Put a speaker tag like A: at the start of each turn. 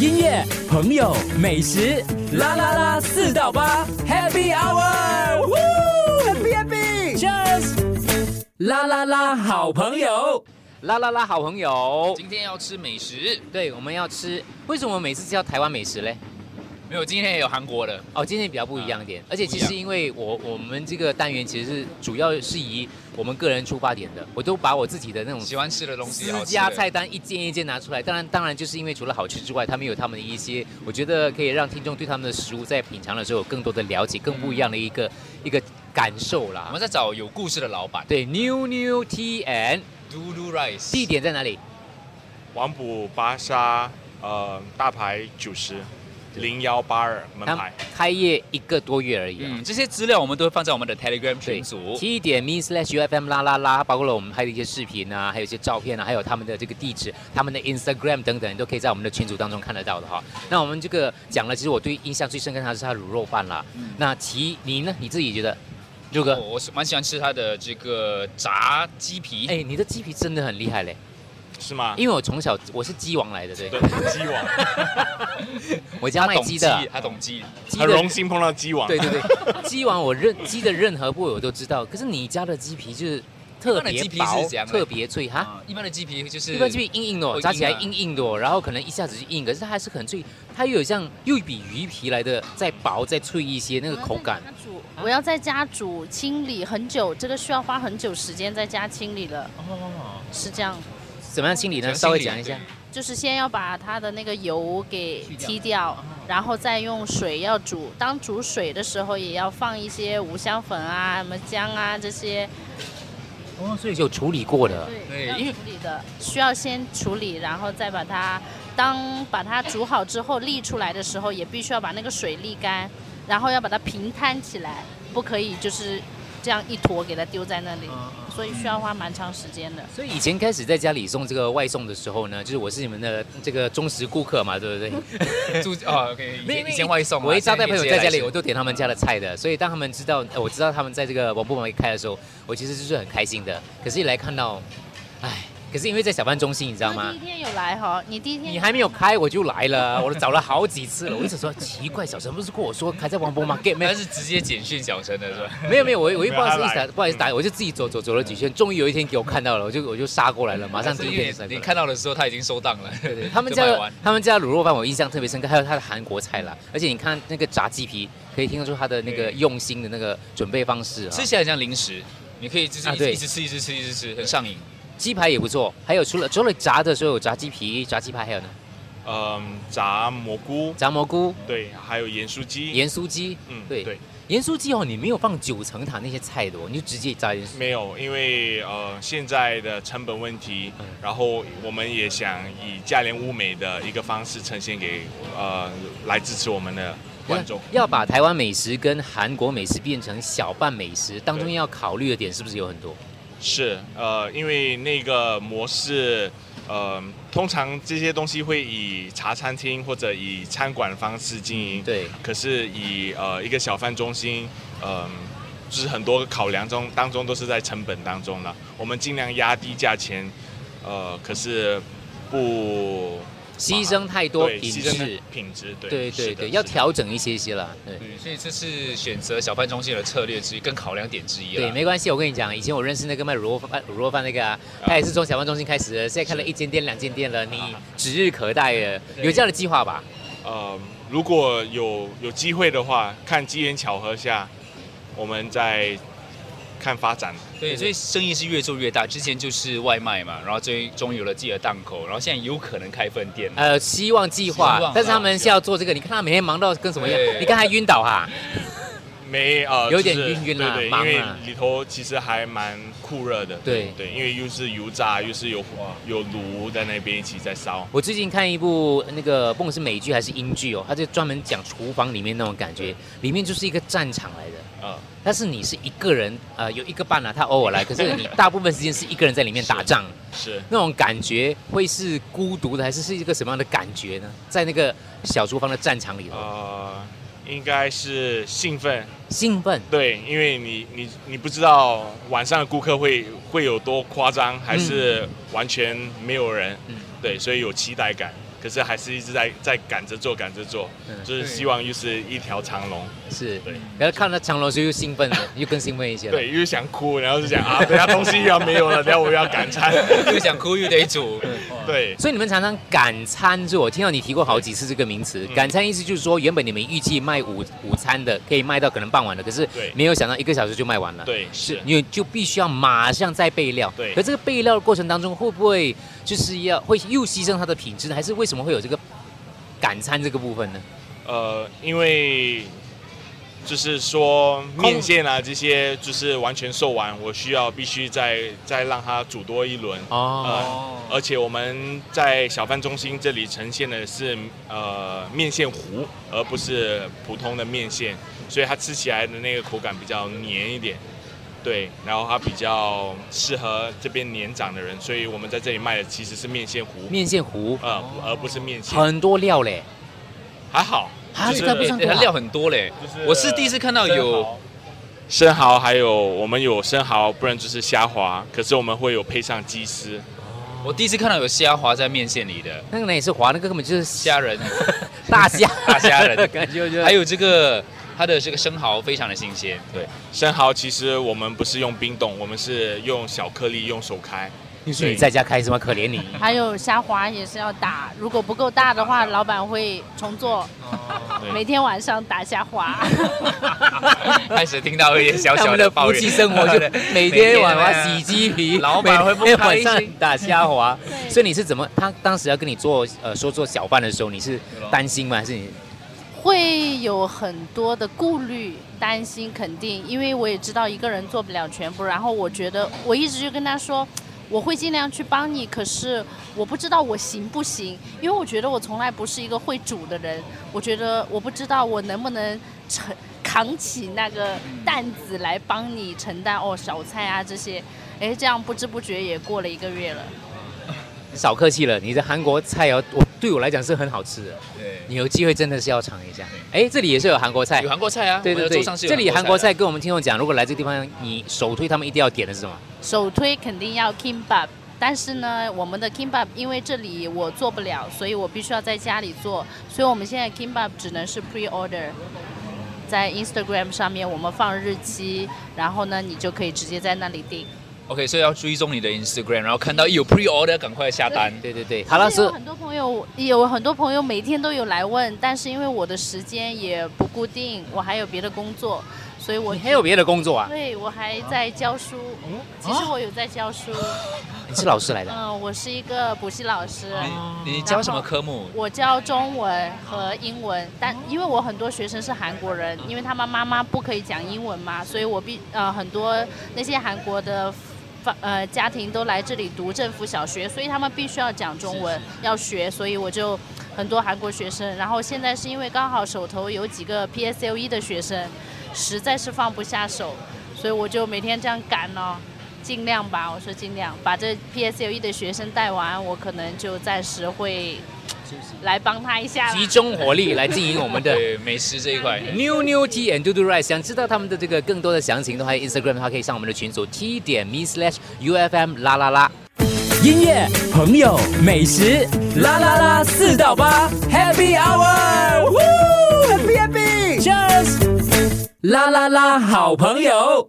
A: 音乐、朋友、美食，啦啦啦，四到八，Happy Hour，Happy Happy，Cheers，啦啦啦，好朋友，
B: 啦啦啦，好朋友，
C: 今天要吃美食，
B: 对，我们要吃。为什么每次叫台湾美食嘞？
C: 没有，今天也有韩国的，
B: 哦，今天比较不一样一点，而且其实因为我我们这个单元其实是主要是以我们个人出发点的，我都把我自己的那种
C: 喜欢吃的东西，好
B: 私
C: 吃
B: 家
C: 的
B: 菜单一件一件拿出来。当然，当然就是因为除了好吃之外，他们有他们的一些，我觉得可以让听众对他们的食物在品尝的时候有更多的了解，更不一样的一个一个感受
C: 我
B: 啦
D: 嗯
C: 们。在找有故事的老板。
B: 对，New New T N
C: Do Do Rice，
B: 地点在哪里？
D: 王埔巴沙呃大牌九十零幺八二门
B: 他
D: 牌，
B: 开业一个多月而已啊。
C: 嗯，这些资料我们都会放在我们的
B: 对
C: Telegram 群组。
B: ，T 点 me slash UFM 啦啦啦，包括了我们拍的一些视频啊，还有一些照片啊，还有他们的这个地址、他们的 Instagram 等等，都可以在我们的群组当中看得到的哈。那我们这个讲了，其实我对印象最深刻的还是他的卤肉饭啦。
C: 嗯
B: 那其你呢？你自己觉得，六
C: 我
B: 哥？
C: 哦我是蛮喜欢吃它的这个炸鸡皮，
B: 哎、你的鸡皮真的很厉害嘞，
D: 是
C: 啊
D: 吗？
B: 因为我从小我是鸡王来的，对，
D: 对，鸡王，
B: 我家
C: 它
B: 卖
C: 懂
B: 鸡的，
C: 它懂鸡。
B: 鸡
D: 很
B: 的
D: 荣幸碰到鸡王。
B: 对对对， 鸡王我任鸡的任何部位我都知道，可是你家的鸡皮就是特
C: 般的
B: 别
C: 鸡皮是
B: 薄
C: 怎样，嘞
B: 特别脆哈。
C: 啊，一般的鸡皮就是
B: 一般鸡皮硬硬的、哦，
C: 会
B: 炸起来
C: 硬啊
B: 硬硬的、哦，然后可能一下子就硬，可是它还是很脆，它又有像又比鱼皮来的再薄再脆一些那个口感。
E: 我要在家煮，我要在家煮清理很久，这个需要花很久时间在家清理了，
C: 哦，
E: 是这样。
B: 怎么样清理呢？稍微讲一下。
E: 就是先要把它的那个油给踢掉，
B: 啊
E: 然后再用水要煮。当煮水的时候，也要放一些五香粉啊、什么姜啊这些。
B: 哦，所以有处理过的。
C: 对
E: 要
C: 因为
E: 处理的需要先处理，然后再把它当把它煮好之后沥出来的时候，也必须要把那个水沥干，然后要把它平摊起来，不可以就是这样一坨给它丢在那里，
B: 嗯
E: 所以需要花蛮长时间的。
B: 所以以前开始在家里送这个外送的时候呢，就是我是你们的这个忠实顾客嘛，对不对？
C: 住哦，OK，以
B: 没有因
C: 前
B: 为
C: 以前外送啊，
B: 我一招待
C: 现
B: 朋友
C: 可以
B: 在
C: 直接来
B: 家里，
C: 吃
B: 我都点他们家的菜的，所以当他们知道，呃我知道他们在这个王不王一开的时候，我其实就是很开心的。可是一来看到，唉，可是因为在小贩中心，你知道吗
E: 第一？天有来哈，你第一天
B: 你还没有开我就来了， 我都找了好几次了。我一直说奇怪，小陈不是跟我说开在王波 market 没有
C: 但 是直接简讯小陈的是吧？
B: 没有没有，我我一
D: 没有
B: 不好意思
D: 他来
B: 打不好意思
C: 嗯
B: 打，我就自己走走走了几圈，终于有一天给我看到了，我就我就杀过来了，马上第一天就杀
C: 嗯是因
B: 过
C: 为你
B: 来。
C: 看到的时候他已经收档了，
B: 他们
C: 就
B: 家
C: 卖
B: 的
C: 完
B: 他们家的卤肉饭我印象特别深刻，还有它的韩国菜啦，而且你看那个炸鸡皮，可以听得出它的那个
C: 对
B: 用心的那个准备方式啊。
C: 吃起来很像零食，你可以就是
B: 啊
C: 一
B: 对
C: 直一直吃一直吃一直吃，很上瘾。
B: 鸡排也不错，还有除了除了炸的时候有炸鸡皮、炸鸡排，还有呢
D: 嗯，炸蘑菇，
B: 炸蘑菇、
D: 对，还有盐酥鸡。
B: 盐酥鸡。
D: 嗯，
B: 对
D: 对，
B: 盐酥鸡哦，你没有放九层塔那些菜的哦，你就直接炸盐酥。
D: 没有，因为呃现在的成本问题
B: 嗯，
D: 然后我们也想以价廉物美的一个方式呈现给呃来支持我们的观众。
B: 要把台湾美食跟韩国美食变成小拌美食，当中
D: 对
B: 要考虑的点是不是有很多？
D: 是，呃，因为那个模式，呃，通常这些东西会以茶餐厅或者以餐馆方式经营。。
B: 对，
D: 可是以呃一个小贩中心，嗯、就是很多考量中当中都是在成本当中了。我们尽量压低价钱，呃，可是不
B: 牺牲太多
D: 对
B: 品
D: 牺牲
B: 质，
D: 品质，对
B: 对
D: 是
B: 对
D: 的
B: 对，
D: 是
B: 要
D: 的
B: 调整一些些啦。对
C: 对，所以这是选择小贩中心的策略之一，跟考量点之一了。
B: 对，没关系，我跟你讲，以前我认识那个卖卤肉饭、卤肉饭那个啊，他也是从小贩中心开始的，现在开了一间店、两间店了，
D: 啊
B: 你指日可待了。有这样的计划吧？
D: 呃，如果有有机会的话，看机缘巧合下，我们再看发展。
C: 对，所以生意是越做越大。之前就是外卖嘛，然后终终于有了自己的档口，然后现在有可能开分店了。
B: 呃，希望计
C: 希
D: 啊
B: 划
C: 望，
B: 但是他们是要做这个，你看他每天忙到跟什么样
C: 对，
B: 你看还晕倒哈。
D: 没呃，
B: 有点
D: 就是
B: 晕晕啦
D: 对对，
B: 忙
D: 因为
B: 啦
D: 里头其实还蛮酷热的。
B: 对
D: 对，因为又是油炸，又是有有炉在那边一起在烧。
B: 我最近看一部那个，不管是美剧还是英剧哦，它就专门讲厨房里面那种感觉，里面就是一个战场来的。
D: 呃，
B: 但是你是一个人，呃，有一个伴啊，他偶尔来，可是你大部分时间是一个人在里面打仗，
D: 是
B: 那种感觉会是孤独的，还是是一个什么样的感觉呢？在那个小厨房的战场里头，
D: 呃，应该是兴奋，
B: 兴奋，
D: 对，因为你你你不知道晚上的顾客会会有多夸张，还是完全没有人，
B: 嗯
D: 对，所以有期待感。可是还是一直在在赶着做，赶着做，
B: 嗯
D: 就是希望又是一条长龙。
B: 是
D: 对，
B: 然后看到长龙的时候又兴奋了，又更兴奋一些了。
D: 对，又想哭，然后就想啊，等下东西又要没有了，等下我又要赶餐。
C: 又想哭又得煮，
B: 哦
D: 对，
B: 所以你们常常赶餐是我听到你提过好几次这个名词。
D: 嗯
B: 赶餐意思就是说，原本你们预计卖午午餐的，可以卖到可能傍晚的，可是
D: 对
B: 没有想到一个小时就卖完了。，
D: 对，是。
B: 你就必须要马上再备料。
D: 对
B: 可这个备料的过程当中，会不会就是要会又牺牲它的品质呢？还是为什么会有这个赶餐这个部分呢？
D: 呃，因为就是说面线啊这些就是完全售完，我需要必须再再让它煮多一轮。
B: 哦，
D: 呃，而且我们在小贩中心这里呈现的是呃面线糊，而不是普通的面线，所以它吃起来的那个口感比较黏一点。对，然后它比较适合这边年长的人，所以我们在这里卖的其实是面线糊，
B: 面线糊
D: 呃，
C: 哦
D: 而不是面线，
B: 很多料嘞，
D: 还好，
B: 啊
D: 就是
B: 这不上
C: 对
B: 多
C: 它
B: 啊
C: 料很多嘞。我是第一次看到有
D: 生蚝，还有我们有生蚝，不然就是虾滑，可是我们会有配上鸡丝，
C: 我第一次看到有虾滑在面线里的
B: 那个呢也是滑，那个根本就是
C: 虾仁，
B: 大虾
C: 大虾仁
B: 感觉就是
C: 还有这个它的这个生蚝非常的新鲜，对，
D: 生蚝其实我们不是用冰冻，我们是用小颗粒用手开。
B: 你说你在家开是吗？可怜你。
E: 还有虾滑也是要打，如果不够大的话，老板会重做。
B: 哦
D: 对
E: 每天晚上打 虾滑，
C: 开始听到一点小
B: 他
C: 小
B: 们的
C: 抱
B: 夫
C: 怨。啊
B: 妻生活就
C: 对
B: 每天晚上洗鸡皮，
C: 老板会不
B: 每天
C: 开
B: 晚
C: 心
B: 上打虾滑。
E: 对
B: 所以你是怎么？他当时要跟你做呃说做小贩的时候，你是担心吗？还是你
E: 会有很多的顾虑、担心，肯定，因为我也知道一个人做不了全部。然后我觉得，我一直就跟他说，我会尽量去帮你，可是我不知道我行不行，因为我觉得我从来不是一个会煮的人，我觉得我不知道我能不能承扛起那个担子来帮你承担哦小菜啊这些。哎，这样不知不觉也过了一个月了。
B: 少客气了？你的韩国菜肴，我对我来讲是很好吃的。你有机会真的是要尝一下。哎，这里也是有韩国菜
C: 有。韩国菜啊，
B: 对对
C: 我们的桌
B: 对
C: 上，是有
B: 这里韩国
C: 的
B: 菜跟我们听众讲，如果来这个地方，你首推他们一定要点的是什么？
E: 首推肯定要 kimbap，但是呢，我们的 kimbap 因为这里我做不了，所以我必须要在家里做，所以我们现在 kimbap 只能是 pre order。在 Instagram 上面我们放日期，然后呢，你就可以直接在那里订。
C: OK，所以要追踪你的 Instagram，然后看到有 pre order 赶快下单。
B: 对对对，好了，
E: 是
B: 是
E: 有很多朋友，有很多朋友每天都有来问，但是因为我的时间也不固定，我还有别的工作，所以我
B: 你还有别的哦工作啊？
E: 对我还在教书。其实我有在教书，
B: 你是老师来的？
E: 嗯，我是一个补习老师。
B: 哎
C: 你你教什么科目？
E: 我教中文和英文，但因为我很多学生是韩国人，因为他们妈妈不可以讲英文嘛，所以我必呃很多那些韩国的发。呃，家庭都来这里读政府小学，所以他们必须要讲中文，要学，所以我就很多韩国学生。然后现在是因为刚好手头有几个 PSLE E 的学生，实在是放不下手，所以我就每天这样赶咯、尽量吧，我说尽量把这 PSLE E 的学生带完，我可能就暂时会来帮他一下啦。
B: 集中火力来经营我们的
C: 对，美食这一块。
B: New New T and Do Do Right，想知道他们的这个更多的详情的话，Instagram 的话可以上我们的群组 T 点 me slash UFM 啦啦啦。
A: 音乐、朋友、美食，啦啦啦，四到八，Happy Hour，Happy Happy，Cheers，啦啦啦，好朋友。